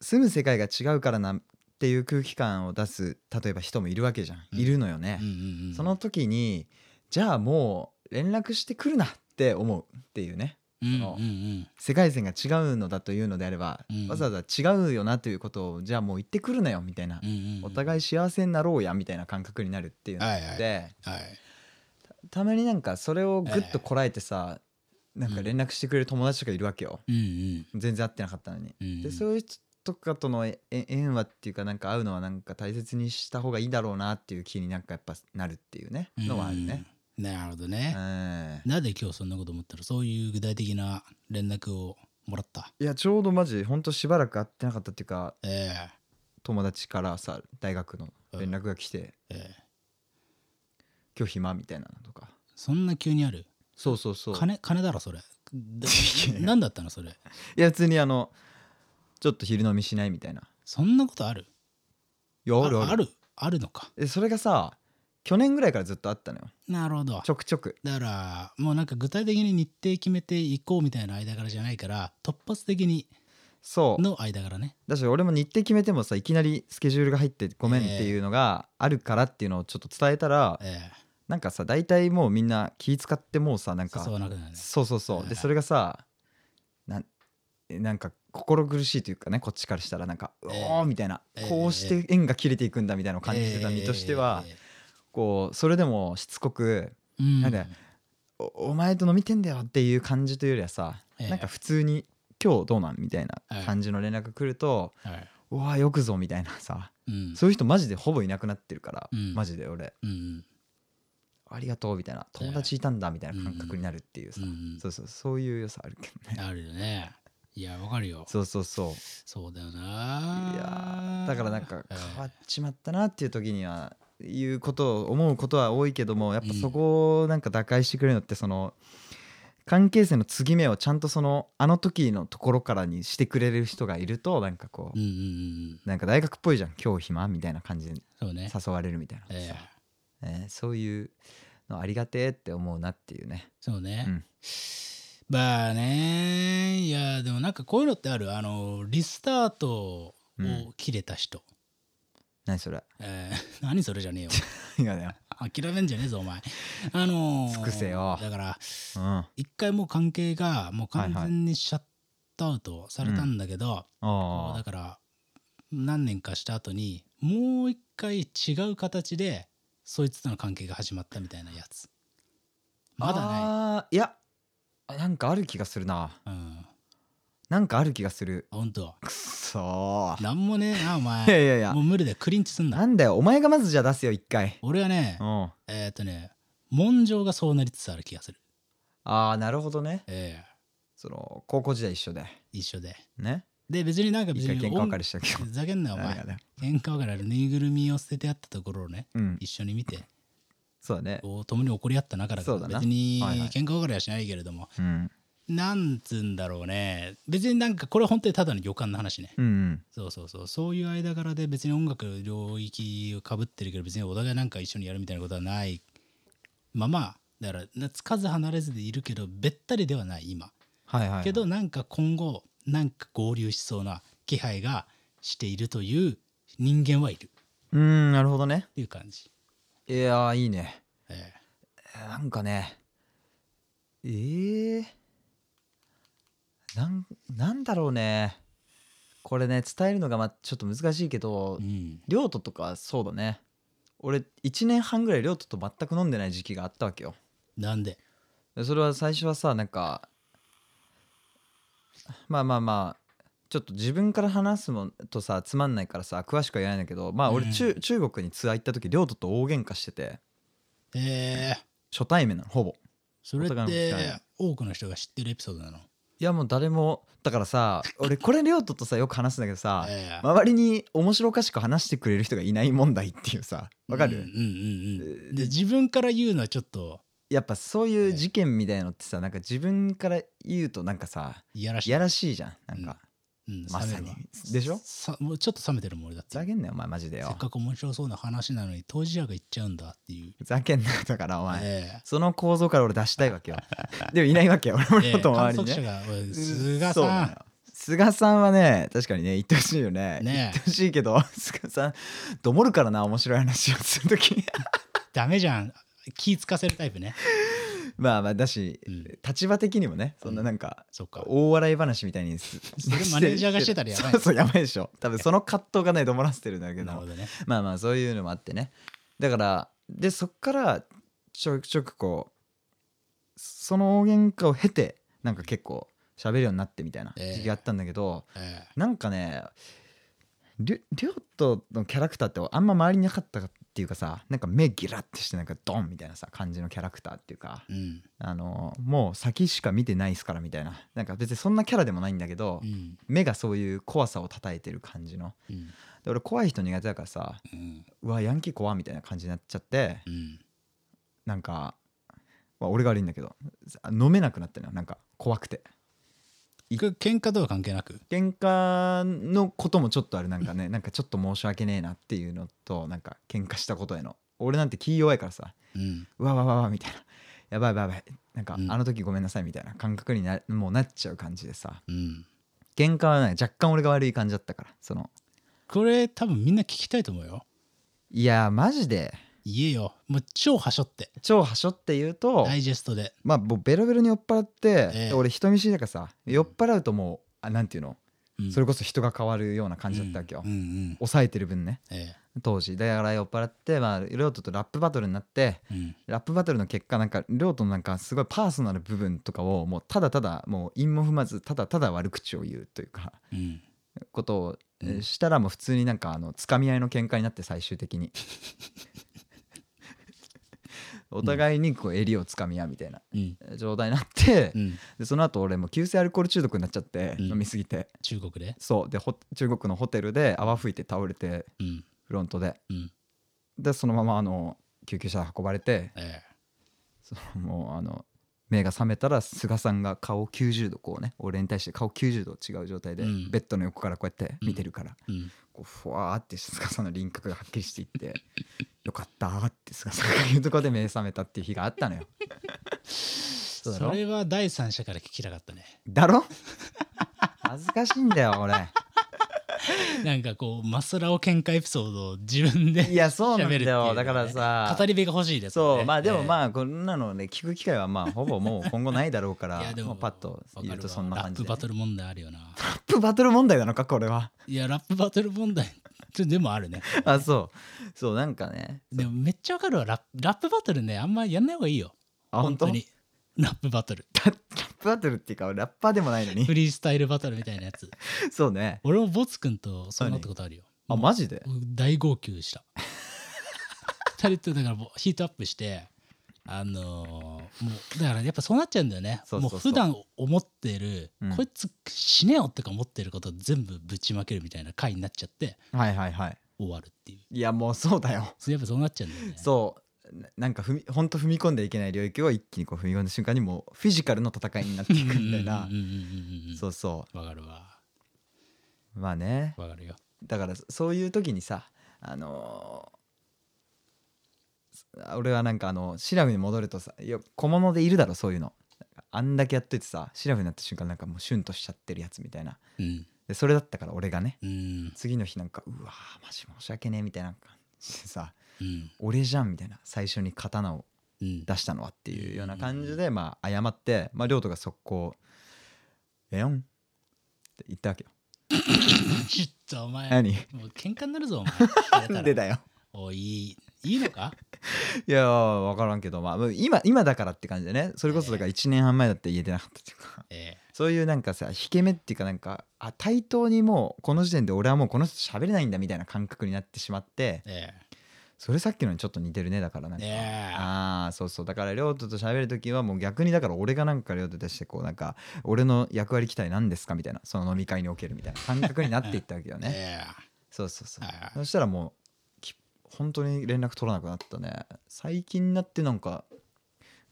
[SPEAKER 3] 住む世界が違うからなっていう空気感を出す例えば人もいるわけじゃん、
[SPEAKER 2] うん
[SPEAKER 3] いるのよね
[SPEAKER 2] うんう、んうん。
[SPEAKER 3] その時にじゃあもう連絡してくるなって思うっていうね
[SPEAKER 2] うんうん
[SPEAKER 3] の
[SPEAKER 2] うん。
[SPEAKER 3] 世界線が違うのだというのであれば、
[SPEAKER 2] うん
[SPEAKER 3] わざわざ違うよなということをじゃあもう言ってくるなよみたいな
[SPEAKER 2] う、んうん。
[SPEAKER 3] お互い幸せになろうやみたいな感覚になるっていうの
[SPEAKER 2] はいはい
[SPEAKER 3] で、
[SPEAKER 2] はい。
[SPEAKER 3] たまになんかそれをぐっとこらえてさ、なんか連絡してくれる友達とかいるわけよ、
[SPEAKER 2] うん
[SPEAKER 3] 全然会ってなかったのに、
[SPEAKER 2] うん。
[SPEAKER 3] でそうういう人とかとのええ縁はっていうかなんか会うのはなんか大切にした方がいいだろうなっていう気になんかやっぱなるっていうね
[SPEAKER 2] ん
[SPEAKER 3] のはあるね、。
[SPEAKER 2] うんなるほど
[SPEAKER 3] うん
[SPEAKER 2] ね。なんで今日そんなこと思ったらそういう具体的な連絡をもらった。
[SPEAKER 3] いやちょうどマジほんとしばらく会ってなかったっていうか
[SPEAKER 2] え
[SPEAKER 3] 友達からさ大学の連絡が来て
[SPEAKER 2] えええ
[SPEAKER 3] 「今日暇」みたいなのとか
[SPEAKER 2] そんな急にある。
[SPEAKER 3] そうそうそう
[SPEAKER 2] 金金だろそれ。だ何だったのそれ。
[SPEAKER 3] いや普通にあのちょっと昼飲みしないみたいな
[SPEAKER 2] そんなことある。
[SPEAKER 3] いやあるある
[SPEAKER 2] あるあるのか。
[SPEAKER 3] でそれがさ去年ぐらいからずっとあったのよ
[SPEAKER 2] なるほど
[SPEAKER 3] ち。ょくちょく
[SPEAKER 2] だからもうなんか具体的に日程決めていこうみたいな間柄じゃないから突発的に
[SPEAKER 3] そう
[SPEAKER 2] の間柄ね。
[SPEAKER 3] だし俺も日程決めてもさいきなりスケジュールが入ってごめんっていうのがあるからっていうのをちょっと伝えたら、
[SPEAKER 2] ええ
[SPEAKER 3] なんかさ大体もうみんな気使ってもうさなんか
[SPEAKER 2] 誘わなくなるね。
[SPEAKER 3] そうそうそう、
[SPEAKER 2] はいは
[SPEAKER 3] で
[SPEAKER 2] い
[SPEAKER 3] それがさなんえなんか心苦しいというかねこっちからしたらなんか「
[SPEAKER 2] え
[SPEAKER 3] お
[SPEAKER 2] え
[SPEAKER 3] お」みたいな、
[SPEAKER 2] ええ
[SPEAKER 3] こうして縁が切れていくんだみたいなのを感じてた身としては、
[SPEAKER 2] ええええ
[SPEAKER 3] こうそれでもしつこく
[SPEAKER 2] うん
[SPEAKER 3] なんかおお前と飲みてんだよっていう感じというよりはさ、
[SPEAKER 2] ええ
[SPEAKER 3] なんか普通に「今日どうなん?」みたいな感じの連絡が来ると
[SPEAKER 2] はい
[SPEAKER 3] 「うわよくぞ」みたいなさ
[SPEAKER 2] うん
[SPEAKER 3] そういう人マジでほぼいなくなってるから、
[SPEAKER 2] うん
[SPEAKER 3] マジで俺
[SPEAKER 2] うん
[SPEAKER 3] 「ありがとう」みたいな「友達いたんだ」みたいな感覚になるっていう
[SPEAKER 2] う
[SPEAKER 3] さ、
[SPEAKER 2] ん
[SPEAKER 3] そうそうそういう良さあるけどね
[SPEAKER 2] あるよねいやわかるよ
[SPEAKER 3] そうそうそう
[SPEAKER 2] そうだよないい
[SPEAKER 3] やーだからなんか
[SPEAKER 2] ええ
[SPEAKER 3] 変わっちまったなっていう時にはいうことを思うことは多いけどもやっぱそこをなんか打開してくれるのってその関係性の継ぎ目をちゃんとそのあの時のところからにしてくれる人がいるとなんかこう
[SPEAKER 2] うんうんうん
[SPEAKER 3] なんか大学っぽいじゃん今日暇みたいな感じで
[SPEAKER 2] そうね
[SPEAKER 3] 誘われるみたいな、
[SPEAKER 2] ええ
[SPEAKER 3] えーそういうのありがてえって思うなっていうね
[SPEAKER 2] そうね
[SPEAKER 3] うん
[SPEAKER 2] まあねいやでもなんかこういうのってあるあのリスタート
[SPEAKER 3] うん
[SPEAKER 2] を切れた人
[SPEAKER 3] 何それ
[SPEAKER 2] え え何それじゃねえよ
[SPEAKER 3] 何がだよ、
[SPEAKER 2] 諦めんじゃねえぞお前あのー
[SPEAKER 3] 尽くせよ
[SPEAKER 2] だから
[SPEAKER 3] うん
[SPEAKER 2] 一回もう関係がもう完全にシャットアウトされたんだけど、こう
[SPEAKER 3] あ
[SPEAKER 2] だから何年かした後にもう一回違う形でそいつとの関係が始まったみたいなやつまだない
[SPEAKER 3] いいやあなんかある気がするな
[SPEAKER 2] うん。
[SPEAKER 3] なんかある気がする
[SPEAKER 2] ほんと。
[SPEAKER 3] くっそー
[SPEAKER 2] なんもねえ な、お前。
[SPEAKER 3] いやいやいや
[SPEAKER 2] もう無理だよ。クリンチすんな。
[SPEAKER 3] なんだよお前がまずじゃあ出すよ一回
[SPEAKER 2] 俺はね
[SPEAKER 3] う、ん
[SPEAKER 2] えっ、とね、文章がそうなりつつある気がする。
[SPEAKER 3] ああなるほどね
[SPEAKER 2] え
[SPEAKER 3] その高校時代一緒で
[SPEAKER 2] え一緒で。
[SPEAKER 3] ね
[SPEAKER 2] で、別になんか別
[SPEAKER 3] 一回
[SPEAKER 2] に
[SPEAKER 3] 喧嘩
[SPEAKER 2] 音
[SPEAKER 3] 別れしたけど
[SPEAKER 2] ふざけんなよ、お
[SPEAKER 3] あ
[SPEAKER 2] 前
[SPEAKER 3] れ。あれ
[SPEAKER 2] 喧嘩別れるぬいぐるみを捨ててあったところをね、
[SPEAKER 3] うん
[SPEAKER 2] 一緒に見て、
[SPEAKER 3] そうだね
[SPEAKER 2] こう共に怒り合った中だか
[SPEAKER 3] そう
[SPEAKER 2] ら、
[SPEAKER 3] だな
[SPEAKER 2] 別に
[SPEAKER 3] はいはい
[SPEAKER 2] 喧嘩別れはしないけれども、
[SPEAKER 3] うん
[SPEAKER 2] なんつうんだろうね。別になんか、これは本当にただの予感の話ね。
[SPEAKER 3] うんうん
[SPEAKER 2] そうそうそうそういう間柄で別に音楽の領域をかぶってるけど別にお互いなんか一緒にやるみたいなことはないまあまあだからなつかず離れずでいるけどべったりではない今
[SPEAKER 3] はいはいはい
[SPEAKER 2] けどなんか今後なんか合流しそうな気配がしているという人間はいるっ
[SPEAKER 3] うーんなるほどね
[SPEAKER 2] ていう感じ、
[SPEAKER 3] いやーいいね
[SPEAKER 2] ええ
[SPEAKER 3] えーなんかねえー、なんなんだろうねこれね伝えるのがまちょっと難しいけど
[SPEAKER 2] うん
[SPEAKER 3] 亮斗とかそうだね俺1年半ぐらい亮斗と全く飲んでない時期があったわけよ
[SPEAKER 2] なんで
[SPEAKER 3] でそれは最初はさなんかまあまあまあちょっと自分から話すのとさつまんないからさ詳しくは言えないんだけどまあ俺中,、
[SPEAKER 2] うん
[SPEAKER 3] 中国にツアー行った時亮斗と大喧嘩してて
[SPEAKER 2] ええ
[SPEAKER 3] 初対面なのほぼ
[SPEAKER 2] それ
[SPEAKER 3] お
[SPEAKER 2] っ
[SPEAKER 3] 互いの機
[SPEAKER 2] て
[SPEAKER 3] 会
[SPEAKER 2] 多くの人が知ってるエピソードなの
[SPEAKER 3] いやもう誰もだからさ俺これ亮斗とさよく話すんだけどさ
[SPEAKER 2] ええ
[SPEAKER 3] 周りに面白おかしく話してくれる人がいない問題っていうさわかる、
[SPEAKER 2] うんうんうんうんで自分から言うのはちょっと
[SPEAKER 3] やっぱそういう事件みたいのってさなんか自分から言うとなんかさ
[SPEAKER 2] いやらしい
[SPEAKER 3] やらしいじゃんなんか、
[SPEAKER 2] うん
[SPEAKER 3] まさ
[SPEAKER 2] 冷め
[SPEAKER 3] に
[SPEAKER 2] るわ
[SPEAKER 3] でしょ
[SPEAKER 2] さもうちょっと冷めてるもん俺だっ
[SPEAKER 3] ふざ
[SPEAKER 2] て
[SPEAKER 3] けんなよお前マジで
[SPEAKER 2] せっ
[SPEAKER 3] よ
[SPEAKER 2] かく面白そうな話なのに当事者が言っちゃうんだっていう、
[SPEAKER 3] ふざけんなよだからお前、
[SPEAKER 2] え
[SPEAKER 3] その構造から俺出したいわけよでもいない わけよ 俺も
[SPEAKER 2] え
[SPEAKER 3] ちょっと
[SPEAKER 2] ええ観
[SPEAKER 3] 周り
[SPEAKER 2] 測者
[SPEAKER 3] にね
[SPEAKER 2] がおい「
[SPEAKER 3] う
[SPEAKER 2] 菅
[SPEAKER 3] んそう
[SPEAKER 2] さ
[SPEAKER 3] なんのよ菅さんはね確かにね言ってほしいよね
[SPEAKER 2] ねえ
[SPEAKER 3] 言ってほしいけど 菅さんどもるからな面白い話をするとき
[SPEAKER 2] ダメじゃん気つかせるタイプね
[SPEAKER 3] まあまあだし、
[SPEAKER 2] うん
[SPEAKER 3] 立場的にもねそんななんか、
[SPEAKER 2] そっか
[SPEAKER 3] 大笑い話みたいにす
[SPEAKER 2] それマネージャーがしてたらやばいね
[SPEAKER 3] そうそうやばいでしょ多分その葛藤がねどもらせてるんだけど
[SPEAKER 2] なるほどね
[SPEAKER 3] まあまあそういうのもあってねだからでそっからちょくちょくこうその大喧嘩を経てなんか結構喋るようになってみたいな
[SPEAKER 2] ええ
[SPEAKER 3] 時期があったんだけど、
[SPEAKER 2] え
[SPEAKER 3] なんかねりょりょうとのキャラクターってあんま周りになかったっていうかさなんか目ギラッてしてなんかドンみたいなさ感じのキャラクターっていうか
[SPEAKER 2] えうん
[SPEAKER 3] あのもう先しか見てないっすからみたいななんか別にそんなキャラでもないんだけど、
[SPEAKER 2] うん
[SPEAKER 3] 目がそういう怖さを叩いてる感じの
[SPEAKER 2] うん
[SPEAKER 3] で俺怖い人苦手だからさ、
[SPEAKER 2] うん
[SPEAKER 3] うわヤンキー怖みたいな感じになっちゃって
[SPEAKER 2] うん
[SPEAKER 3] なんか、まあ、俺が悪いんだけどあ飲めなくなったのよなんか怖くて
[SPEAKER 2] これ喧嘩とは関係なく
[SPEAKER 3] 喧嘩のこともちょっとあるなんかねなんかちょっと申し訳ねえなっていうのとなんか喧嘩したことへの俺なんて気弱いからさ
[SPEAKER 2] うん
[SPEAKER 3] うわわわわみたいなやばいやばいやばいなんか、
[SPEAKER 2] うん
[SPEAKER 3] あの時ごめんなさいみたいな感覚になもうなっちゃう感じでさ
[SPEAKER 2] うん
[SPEAKER 3] 喧嘩はね若干俺が悪い感じだったからその
[SPEAKER 2] これ多分みんな聞きたいと思うよ
[SPEAKER 3] いやーマジで
[SPEAKER 2] 言えよもう超はしょって
[SPEAKER 3] 超はしょって言うと
[SPEAKER 2] ダイジェストで
[SPEAKER 3] まあもうベロベロに酔っ払って、
[SPEAKER 2] ええ
[SPEAKER 3] 俺人見知りだからさ酔っ払うともうあなんていうの、
[SPEAKER 2] うん
[SPEAKER 3] それこそ人が変わるような感じだったわけよ、
[SPEAKER 2] うんうん
[SPEAKER 3] 抑えてる分ね
[SPEAKER 2] え
[SPEAKER 3] 当時だから酔っ払ってまあ亮斗とラップバトルになって
[SPEAKER 2] えうん
[SPEAKER 3] ラップバトルの結果なんか亮斗のなんかすごいパーソナル部分とかをもうただただもう陰も踏まずただただ悪口を言うというか
[SPEAKER 2] うん
[SPEAKER 3] ことをえ
[SPEAKER 2] う
[SPEAKER 3] ー
[SPEAKER 2] ん
[SPEAKER 3] したらもう普通になんかあのつかみ合いの喧嘩になって最終的にお互いにこう襟をつかみ合うみたいな
[SPEAKER 2] うん
[SPEAKER 3] 状態になって、
[SPEAKER 2] うん
[SPEAKER 3] でその後俺もう急性アルコール中毒になっちゃって、
[SPEAKER 2] うん
[SPEAKER 3] 飲みすぎて
[SPEAKER 2] 中国で
[SPEAKER 3] そうでほ中国のホテルで泡吹いて倒れて
[SPEAKER 2] うん
[SPEAKER 3] フロントで
[SPEAKER 2] うん
[SPEAKER 3] でそのままあの救急車で運ばれて
[SPEAKER 2] え
[SPEAKER 3] そのもうあの目が覚めたら菅さんが顔90度こうね俺に対して顔90度違う状態で、
[SPEAKER 2] うん
[SPEAKER 3] ベッドの横からこうやって見てるから、
[SPEAKER 2] えうん
[SPEAKER 3] こうふわーって菅さんの輪郭がはっきりしていってよかったーって菅さんが言うとこで目覚めたっていう日があっ たのよ。そ
[SPEAKER 2] そう
[SPEAKER 3] だろ
[SPEAKER 2] れは第三者から聞きたかったね。
[SPEAKER 3] だろ 恥ずかしいんだよ俺。
[SPEAKER 2] なんかこう、マスラオ喧嘩エピソードを自分で
[SPEAKER 3] いや そうな
[SPEAKER 2] 喋
[SPEAKER 3] んだ
[SPEAKER 2] るっていうの
[SPEAKER 3] よ
[SPEAKER 2] ね
[SPEAKER 3] だからさ
[SPEAKER 2] 語り部が欲しいですよね。
[SPEAKER 3] そうまあでも
[SPEAKER 2] あ、
[SPEAKER 3] まあこんなのね聞く機会はまあほぼもう今後ないだろうから
[SPEAKER 2] いやで
[SPEAKER 3] ま
[SPEAKER 2] も、
[SPEAKER 3] あパッと言うとそんな感
[SPEAKER 2] ラップ
[SPEAKER 3] じで
[SPEAKER 2] バトル問題あるよな。
[SPEAKER 3] ラップバトル問題なのかこれは
[SPEAKER 2] いや、ラップバトル問題、ちょでもあるね。
[SPEAKER 3] あそうそうなんかね
[SPEAKER 2] でもめっちゃわかるわ。ラップラップバトルね、あんまやんない方がいいよ。
[SPEAKER 3] あ本当
[SPEAKER 2] に。ラップバトル
[SPEAKER 3] ラップバトルっていうかラッパーでもないのに
[SPEAKER 2] フリースタイルバトルみたいなやつ
[SPEAKER 3] そうね
[SPEAKER 2] 俺もボツくんとそうなったことあるよ
[SPEAKER 3] あマジで
[SPEAKER 2] もう大号泣した二人とだからもうヒートアップしてあのーもうだからやっぱそうなっちゃうんだよね
[SPEAKER 3] そうそうそう
[SPEAKER 2] もう普段思ってる、
[SPEAKER 3] うん
[SPEAKER 2] こいつ死ねよとか思ってること全部ぶちまけるみたいな回になっちゃって
[SPEAKER 3] はいはいはい
[SPEAKER 2] 終わるっていう
[SPEAKER 3] いやもうそうだよ
[SPEAKER 2] それやっぱそうなっちゃうんだよね
[SPEAKER 3] そうななんか踏みほんと踏み込んでいけない領域を一気にこう踏み込んだ瞬間にもうフィジカルの戦いになっていくみたいな
[SPEAKER 2] うんうんうんうんうん
[SPEAKER 3] そうそ
[SPEAKER 2] わかるわ
[SPEAKER 3] うまあね
[SPEAKER 2] わかるよ
[SPEAKER 3] だからそそういう時にさあのー俺はなんかあのシラフに戻るとさいや小物でいるだろそういうのあんだけやっといてさシラフになった瞬間なんかもうシュンとしちゃってるやつみたいな
[SPEAKER 2] うん
[SPEAKER 3] でそれだったから俺がね
[SPEAKER 2] うん
[SPEAKER 3] 次の日なんかうわーマジ申し訳ねえみたいな感じでさ
[SPEAKER 2] うん
[SPEAKER 3] 俺じゃんみたいな最初に刀を
[SPEAKER 2] うん
[SPEAKER 3] 出したのはっていうような感じで、まあ謝って、まあ、亮斗が速攻「えよん」って言ったわけよ。
[SPEAKER 2] ちょっとお前
[SPEAKER 3] 何
[SPEAKER 2] もう喧嘩になるぞお前聞かれた
[SPEAKER 3] な
[SPEAKER 2] ら
[SPEAKER 3] んでだよ。
[SPEAKER 2] おいいいいいのか
[SPEAKER 3] いやー分からんけど、まあ、もう今今だからって感じでねそれこそだから1年半前だって言えてなかったっていうか
[SPEAKER 2] え
[SPEAKER 3] そういうなんかさ引け目っていうかなんかあ対等にもうこの時点で俺はもうこの人と喋れないんだみたいな感覚になってしまって
[SPEAKER 2] ええ
[SPEAKER 3] それさっきのにちょっと似てるねだからな
[SPEAKER 2] え
[SPEAKER 3] んか。
[SPEAKER 2] ねえ
[SPEAKER 3] ああそうそうだから亮斗と喋る時はもう逆にだから俺がなんか亮斗としてこうなんか俺の役割期待なんですかみたいなその飲み会におけるみたいな感覚になっていったわけよ ね
[SPEAKER 2] え
[SPEAKER 3] そうそうそう
[SPEAKER 2] はいはい
[SPEAKER 3] そしたらもうき本当に連絡取らなくなったね最近になってなんか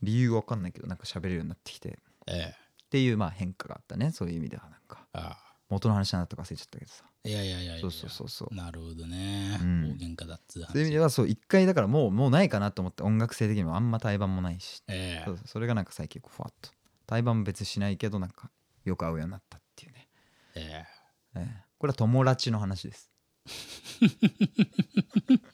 [SPEAKER 3] 理由わかんないけどなんか喋れるようになってきてっ
[SPEAKER 2] えええ
[SPEAKER 3] ていうまあ変化があったねそういう意味ではなんか
[SPEAKER 2] あ
[SPEAKER 3] 元の話なんだったか忘れちゃったけどさ
[SPEAKER 2] あいやいやいやいや
[SPEAKER 3] そうそうそうそう
[SPEAKER 2] なるほどね、
[SPEAKER 3] うん
[SPEAKER 2] 大喧嘩だっつう
[SPEAKER 3] そういう意味
[SPEAKER 2] 話
[SPEAKER 3] ではそう一回だからもうもうないかなと思って音楽性的にもあんま対バンもないし
[SPEAKER 2] ええ
[SPEAKER 3] そうそうそれがなんか最近こうふわっと対バン別にしないけどなんかよく会うようになったっていうね、
[SPEAKER 2] え
[SPEAKER 3] ええこれは友達の話です
[SPEAKER 2] え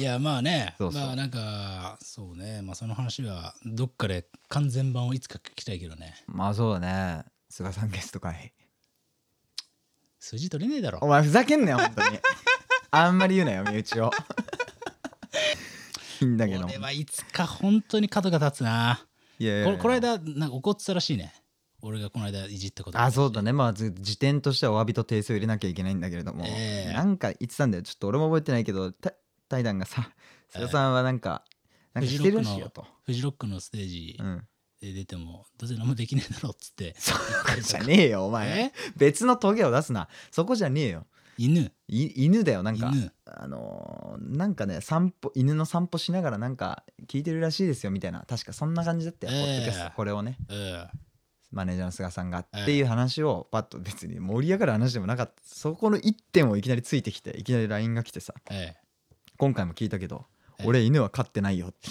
[SPEAKER 2] いやまあね
[SPEAKER 3] そうそう
[SPEAKER 2] まあなんかそうねまあその話はどっかで完全版をいつか聞きたいけどね
[SPEAKER 3] まあそうだね菅さんゲスト会
[SPEAKER 2] 数字取れねえだ
[SPEAKER 3] お
[SPEAKER 2] ろ
[SPEAKER 3] 前ふざけんなよ本当に あんまり言うなよ身内を いいんだけど
[SPEAKER 2] 俺はいつか本当に角が立つない
[SPEAKER 3] やいやい
[SPEAKER 2] こ
[SPEAKER 3] や
[SPEAKER 2] れこの間なんか怒ってたらしいね俺がこの間いじったこと
[SPEAKER 3] あそうだねまあず時点としてはお詫びと訂正を入れなきゃいけないんだけれども、
[SPEAKER 2] ええ
[SPEAKER 3] なんか言ってたんだよちょっと俺も覚えてないけどた対談がさ菅さんはなんか、なんかしてるらしいよと、
[SPEAKER 2] フジロックのステージ
[SPEAKER 3] うん、
[SPEAKER 2] で出てもどうせ何もできねえだろっつって
[SPEAKER 3] そうじゃねえよお前
[SPEAKER 2] え
[SPEAKER 3] 別のトゲを出すなそこじゃねえよ
[SPEAKER 2] 犬
[SPEAKER 3] い犬だよなんか
[SPEAKER 2] 犬
[SPEAKER 3] あのーなんかね散歩犬の散歩しながらなんか聞いてるらしいですよみたいな確かそんな感じだったよ、
[SPEAKER 2] ええ
[SPEAKER 3] ポッドキャストこれをね
[SPEAKER 2] うん
[SPEAKER 3] マネージャーの菅さんが
[SPEAKER 2] ええ
[SPEAKER 3] っていう話をパッと別に盛り上がる話でもなかったそこの一点をいきなりついてきていきなり LINE が来てさ
[SPEAKER 2] ええ
[SPEAKER 3] 今回も聞いたけど
[SPEAKER 2] ええ
[SPEAKER 3] 俺犬は飼ってないよって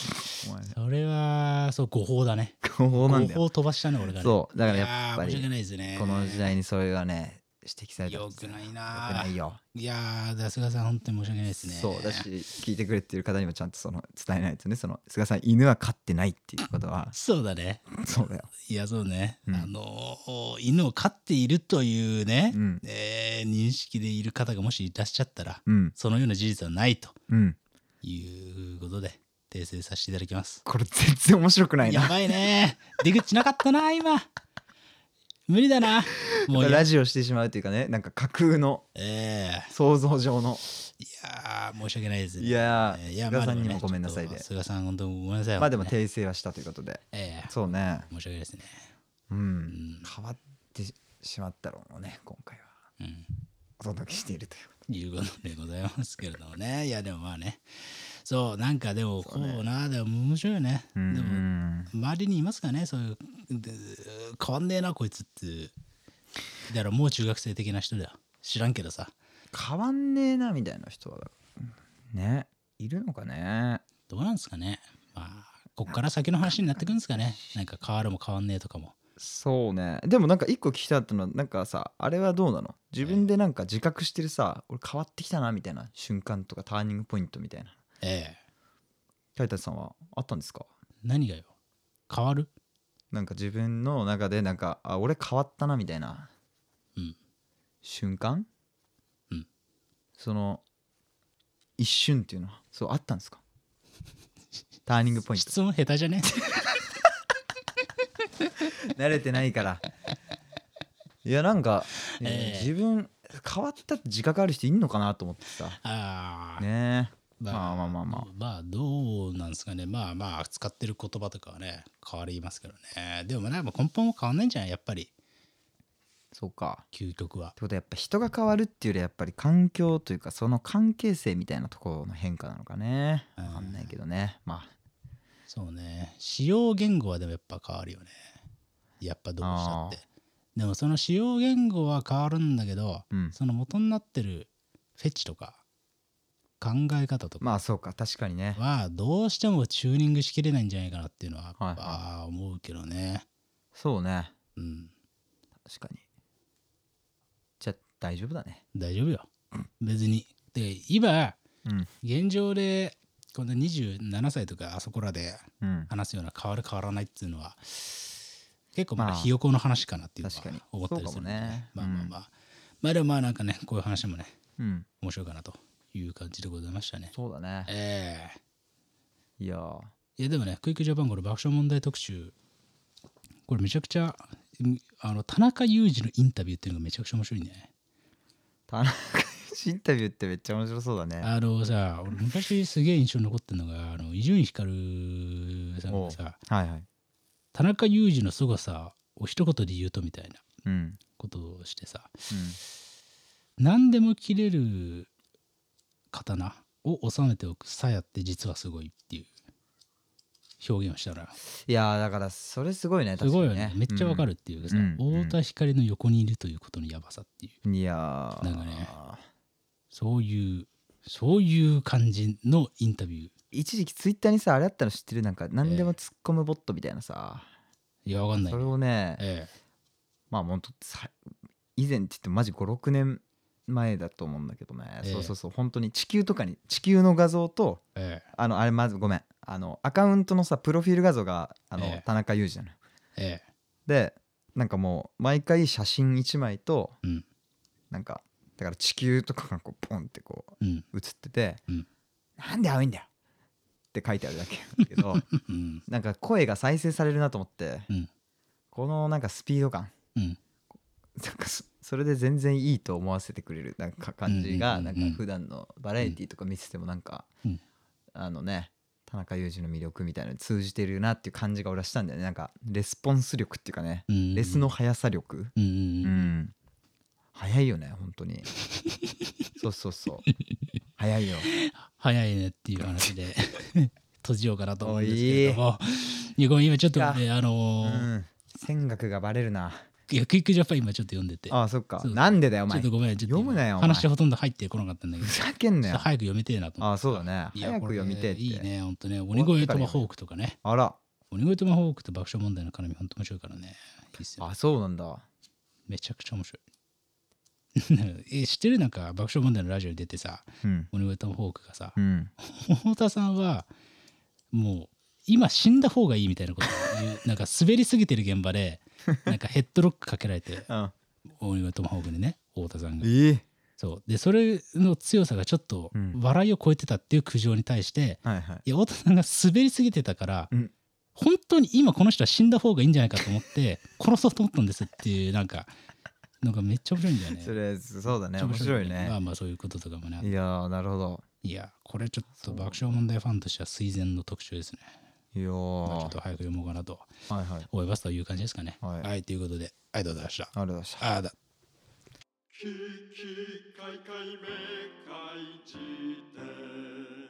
[SPEAKER 2] それはそう誤報だね
[SPEAKER 3] お前こうなん
[SPEAKER 2] 誤
[SPEAKER 3] だよ
[SPEAKER 2] 報飛ばしたね俺がね
[SPEAKER 3] そうだから
[SPEAKER 2] い
[SPEAKER 3] や
[SPEAKER 2] や
[SPEAKER 3] っ
[SPEAKER 2] ー
[SPEAKER 3] ぱ
[SPEAKER 2] 申し訳
[SPEAKER 3] り
[SPEAKER 2] ないですね
[SPEAKER 3] この時代にそれがね指摘された
[SPEAKER 2] よ
[SPEAKER 3] ら
[SPEAKER 2] く
[SPEAKER 3] さ
[SPEAKER 2] ない
[SPEAKER 3] よく
[SPEAKER 2] な
[SPEAKER 3] ないよ
[SPEAKER 2] いやーだ菅さん本当に申し訳ないですね
[SPEAKER 3] そうだし聞いてくれてる方にもちゃんとその伝えないとねその菅さん犬は飼ってないっていうことは
[SPEAKER 2] そうだね
[SPEAKER 3] そうだよ、
[SPEAKER 2] いやそうね、
[SPEAKER 3] うん
[SPEAKER 2] あのー犬を飼っているというね、
[SPEAKER 3] うん
[SPEAKER 2] えー認識でいる方がもしいらっしゃったら
[SPEAKER 3] うん
[SPEAKER 2] そのような事実はないと
[SPEAKER 3] うん
[SPEAKER 2] いうことで訂正させていただきます
[SPEAKER 3] これ全然面白くない
[SPEAKER 2] や
[SPEAKER 3] な
[SPEAKER 2] ばいね出口なかったな今無理だなもう
[SPEAKER 3] ラジオしてしまうというかねなんか架空の
[SPEAKER 2] ええ
[SPEAKER 3] 想像上 の
[SPEAKER 2] いやー申し訳ないですね
[SPEAKER 3] いやー
[SPEAKER 2] ええ
[SPEAKER 3] 菅さん
[SPEAKER 2] でも
[SPEAKER 3] にもごめんなさいで
[SPEAKER 2] ちょっと菅さん本当ごめんなさい
[SPEAKER 3] まあでも
[SPEAKER 2] 本当にね
[SPEAKER 3] 訂正はしたということで
[SPEAKER 2] ええ
[SPEAKER 3] そうね
[SPEAKER 2] 申し訳ないですね
[SPEAKER 3] うん変わってしまったろうね今回は
[SPEAKER 2] うん
[SPEAKER 3] お届けしているという
[SPEAKER 2] いうことでございますけれどもねいやでもまあねそうなんかでもこうなでも面白いよね
[SPEAKER 3] うん
[SPEAKER 2] でも周りにいますかねそういうで変わんねえなこいつっていうだからもう中学生的な人だよ知らんけどさ
[SPEAKER 3] 変わんねえなみたいな人はねいるのかね
[SPEAKER 2] どうなんですかねまあこっから先の話になってくんですかねなんか変わるも変わんねえとかも
[SPEAKER 3] そうねでもなんか一個聞きたかったのはなんかさあれはどうなの自分でなんか自覚してるさ俺変わってきたなみたいな瞬間とかターニングポイントみたいな
[SPEAKER 2] ええ
[SPEAKER 3] タイタンさんはあったんですか
[SPEAKER 2] 何がよ変わる
[SPEAKER 3] なんか自分の中でなんかあ俺変わったなみたいな
[SPEAKER 2] うん
[SPEAKER 3] 瞬間、
[SPEAKER 2] うん
[SPEAKER 3] その一 瞬っていうのはそうあったんですかターニングポイント
[SPEAKER 2] 質問下手じゃね
[SPEAKER 3] 慣れてないからいやなんか、
[SPEAKER 2] ええ
[SPEAKER 3] 自分変わったって自覚ある人いんのかなと思ってさ
[SPEAKER 2] ああ、
[SPEAKER 3] ねえ
[SPEAKER 2] まあ
[SPEAKER 3] まあまあまあまあ
[SPEAKER 2] まあどうなんですかねまあまあ使ってる言葉とかはね変わりますけどねでもなんか根本は変わんないんじゃないやっぱり
[SPEAKER 3] そうか
[SPEAKER 2] 究極は
[SPEAKER 3] ってことはやっぱ人が変わるっていうよりはやっぱり環境というかその関係性みたいなところの変化なのかね
[SPEAKER 2] うん
[SPEAKER 3] 分かんないけどねまあ
[SPEAKER 2] そうね使用言語はでもやっぱ変わるよねやっぱどうしたってでもその使用言語は変わるんだけど、
[SPEAKER 3] うん
[SPEAKER 2] その元になってるフェチとか考え方とか
[SPEAKER 3] まあそうか確かにね
[SPEAKER 2] はどうしてもチューニングしきれないんじゃないかなっていうのはやっ
[SPEAKER 3] はい
[SPEAKER 2] ぱ思うけどね、
[SPEAKER 3] そうね
[SPEAKER 2] うん
[SPEAKER 3] 確かにじゃあ大丈夫だね
[SPEAKER 2] 大丈夫よ別にで今
[SPEAKER 3] うん
[SPEAKER 2] 現状でこの27歳とかあそこらで
[SPEAKER 3] うん
[SPEAKER 2] 話すような変わる変わらないっていうのは結構まだ
[SPEAKER 3] まあ
[SPEAKER 2] ひよこの話かなっていうの
[SPEAKER 3] 確かに
[SPEAKER 2] は思ったりするんでね
[SPEAKER 3] そ
[SPEAKER 2] ま
[SPEAKER 3] うか
[SPEAKER 2] あ
[SPEAKER 3] もね
[SPEAKER 2] まあまあ、まあでもまあなんかねこういう話もね
[SPEAKER 3] うん
[SPEAKER 2] 面白いかなという感じでございましたね
[SPEAKER 3] そうだね
[SPEAKER 2] ええ
[SPEAKER 3] いやー
[SPEAKER 2] いやでもねクイックジャパンこの爆笑問題特集これめちゃくちゃうんあの田中裕二のインタビューっていうのがめちゃくちゃ面白いね
[SPEAKER 3] 田中インタビューってめっちゃ面白そうだね
[SPEAKER 2] あのさ俺昔すげえ印象に残ってるのがあの伊集院光さん
[SPEAKER 3] お
[SPEAKER 2] が
[SPEAKER 3] う
[SPEAKER 2] さ
[SPEAKER 3] はいはい
[SPEAKER 2] 田中裕二の凄さを一言で言うとみたいな
[SPEAKER 3] うんうん
[SPEAKER 2] ことをしてさ何でも切れる刀を収めておく鞘って実はすごいっていう表現をしたら
[SPEAKER 3] いやーだからそれすごいね
[SPEAKER 2] すごいよ
[SPEAKER 3] 確
[SPEAKER 2] ね
[SPEAKER 3] かに
[SPEAKER 2] めっちゃわかるっていうかさ、
[SPEAKER 3] うんうん
[SPEAKER 2] 太田光の横にいるということのやばさっていう
[SPEAKER 3] うんいやー
[SPEAKER 2] なんかねそういうそういう感じのインタビュー
[SPEAKER 3] 一時期ツイッターにさあれあったの知ってるなんか何でも突っ込むボットみたいなさ、
[SPEAKER 2] いやわかんない
[SPEAKER 3] それをね
[SPEAKER 2] ええ
[SPEAKER 3] まあ本当さ以前って言ってもマジ56年前だと思うんだけどね、
[SPEAKER 2] ええ
[SPEAKER 3] そうそうそう本当に地球とかに地球の画像と
[SPEAKER 2] え
[SPEAKER 3] あのあれまずごめんあのアカウントのさプロフィール画像があの、
[SPEAKER 2] ええ
[SPEAKER 3] 田中裕二なのよ
[SPEAKER 2] ええ
[SPEAKER 3] でなんかもう毎回写真1枚と、
[SPEAKER 2] うん
[SPEAKER 3] なんかだから地球とかがこうポンってこ
[SPEAKER 2] えうん
[SPEAKER 3] う写ってて「
[SPEAKER 2] うん
[SPEAKER 3] なんで青いんだよ!」って書いてあるだけなんだけど
[SPEAKER 2] うん
[SPEAKER 3] なんか声が再生されるなと思って、
[SPEAKER 2] うん
[SPEAKER 3] このなんかスピード感
[SPEAKER 2] うん
[SPEAKER 3] なんかそそれで全然いいと思わせてくれるなんか感じが
[SPEAKER 2] うんうん
[SPEAKER 3] な
[SPEAKER 2] うんん
[SPEAKER 3] か普段のバラエティとか見ててもなんか、
[SPEAKER 2] うん
[SPEAKER 3] あのね田中裕二の魅力みたいなのに通じてるなっていう感じが俺はしたんだよねなんかレスポンス力っていうかね
[SPEAKER 2] うん
[SPEAKER 3] レスの速さ力
[SPEAKER 2] うんう
[SPEAKER 3] うん、
[SPEAKER 2] ん
[SPEAKER 3] 速いよね本当にそうそうそう速いよ
[SPEAKER 2] 早いねっていう話 で閉じようかなと思うんですけれどもいやごめん今ちょっと
[SPEAKER 3] い
[SPEAKER 2] ねあ
[SPEAKER 3] う
[SPEAKER 2] のー
[SPEAKER 3] ん戦学がバレるない
[SPEAKER 2] やクイックジャパン今ちょっと読んでてちょ
[SPEAKER 3] あそっか
[SPEAKER 2] そう
[SPEAKER 3] なんでだよお前
[SPEAKER 2] っとごめんちょっと
[SPEAKER 3] 読むなよお前
[SPEAKER 2] 話ほとんど入ってこなかったんだけど
[SPEAKER 3] ふ
[SPEAKER 2] ち
[SPEAKER 3] ざけんな
[SPEAKER 2] ょっ
[SPEAKER 3] よ
[SPEAKER 2] と早く読みてえなと思って
[SPEAKER 3] あそうだね
[SPEAKER 2] いや
[SPEAKER 3] 早く読みてえっ
[SPEAKER 2] こ
[SPEAKER 3] て
[SPEAKER 2] れねいいねほんとね鬼越トマホークとかね
[SPEAKER 3] あら
[SPEAKER 2] 鬼越トマホークと爆笑問題の絡みほんと面白いからねいいっすよ
[SPEAKER 3] あそうなんだ
[SPEAKER 2] めちゃくちゃ面白い え知ってるなんか爆笑問題のラジオに出てさ
[SPEAKER 3] うん
[SPEAKER 2] 鬼越トマホークがさ
[SPEAKER 3] うん
[SPEAKER 2] 太田さんはもう今死んだ方がいいみたいなことを言う なんか滑りすぎてる現場でなんかヘッドロックかけられて
[SPEAKER 3] うん
[SPEAKER 2] 鬼越トマホークにね太田さんが
[SPEAKER 3] ええ
[SPEAKER 2] そうでそれの強さがちょっと
[SPEAKER 3] うん
[SPEAKER 2] 笑いを超えてたっていう苦情に対して、
[SPEAKER 3] はいはい
[SPEAKER 2] いや太田さんが滑りすぎてたから、
[SPEAKER 3] うん
[SPEAKER 2] 本当に今この人は死んだ方がいいんじゃないかと思って殺そうと思ったんですっていうなんかなんかめっちゃ面白いんだよね
[SPEAKER 3] それそうだ
[SPEAKER 2] めっ
[SPEAKER 3] ね
[SPEAKER 2] ちゃ
[SPEAKER 3] 面白い
[SPEAKER 2] ま
[SPEAKER 3] ね
[SPEAKER 2] あまあそういうこととかもねあって
[SPEAKER 3] いやーなるほど
[SPEAKER 2] いやこれちょっと爆笑問題ファンとしては垂涎の特集ですね
[SPEAKER 3] いや
[SPEAKER 2] まあちょっ
[SPEAKER 3] ー
[SPEAKER 2] と早く読もうかなと
[SPEAKER 3] はいはい
[SPEAKER 2] 思いますという感じですかね。
[SPEAKER 3] はい
[SPEAKER 2] はい、ということで、ありがとうございました。
[SPEAKER 3] ありがとうございました
[SPEAKER 2] あーだ
[SPEAKER 1] キキカイカイめかい辞典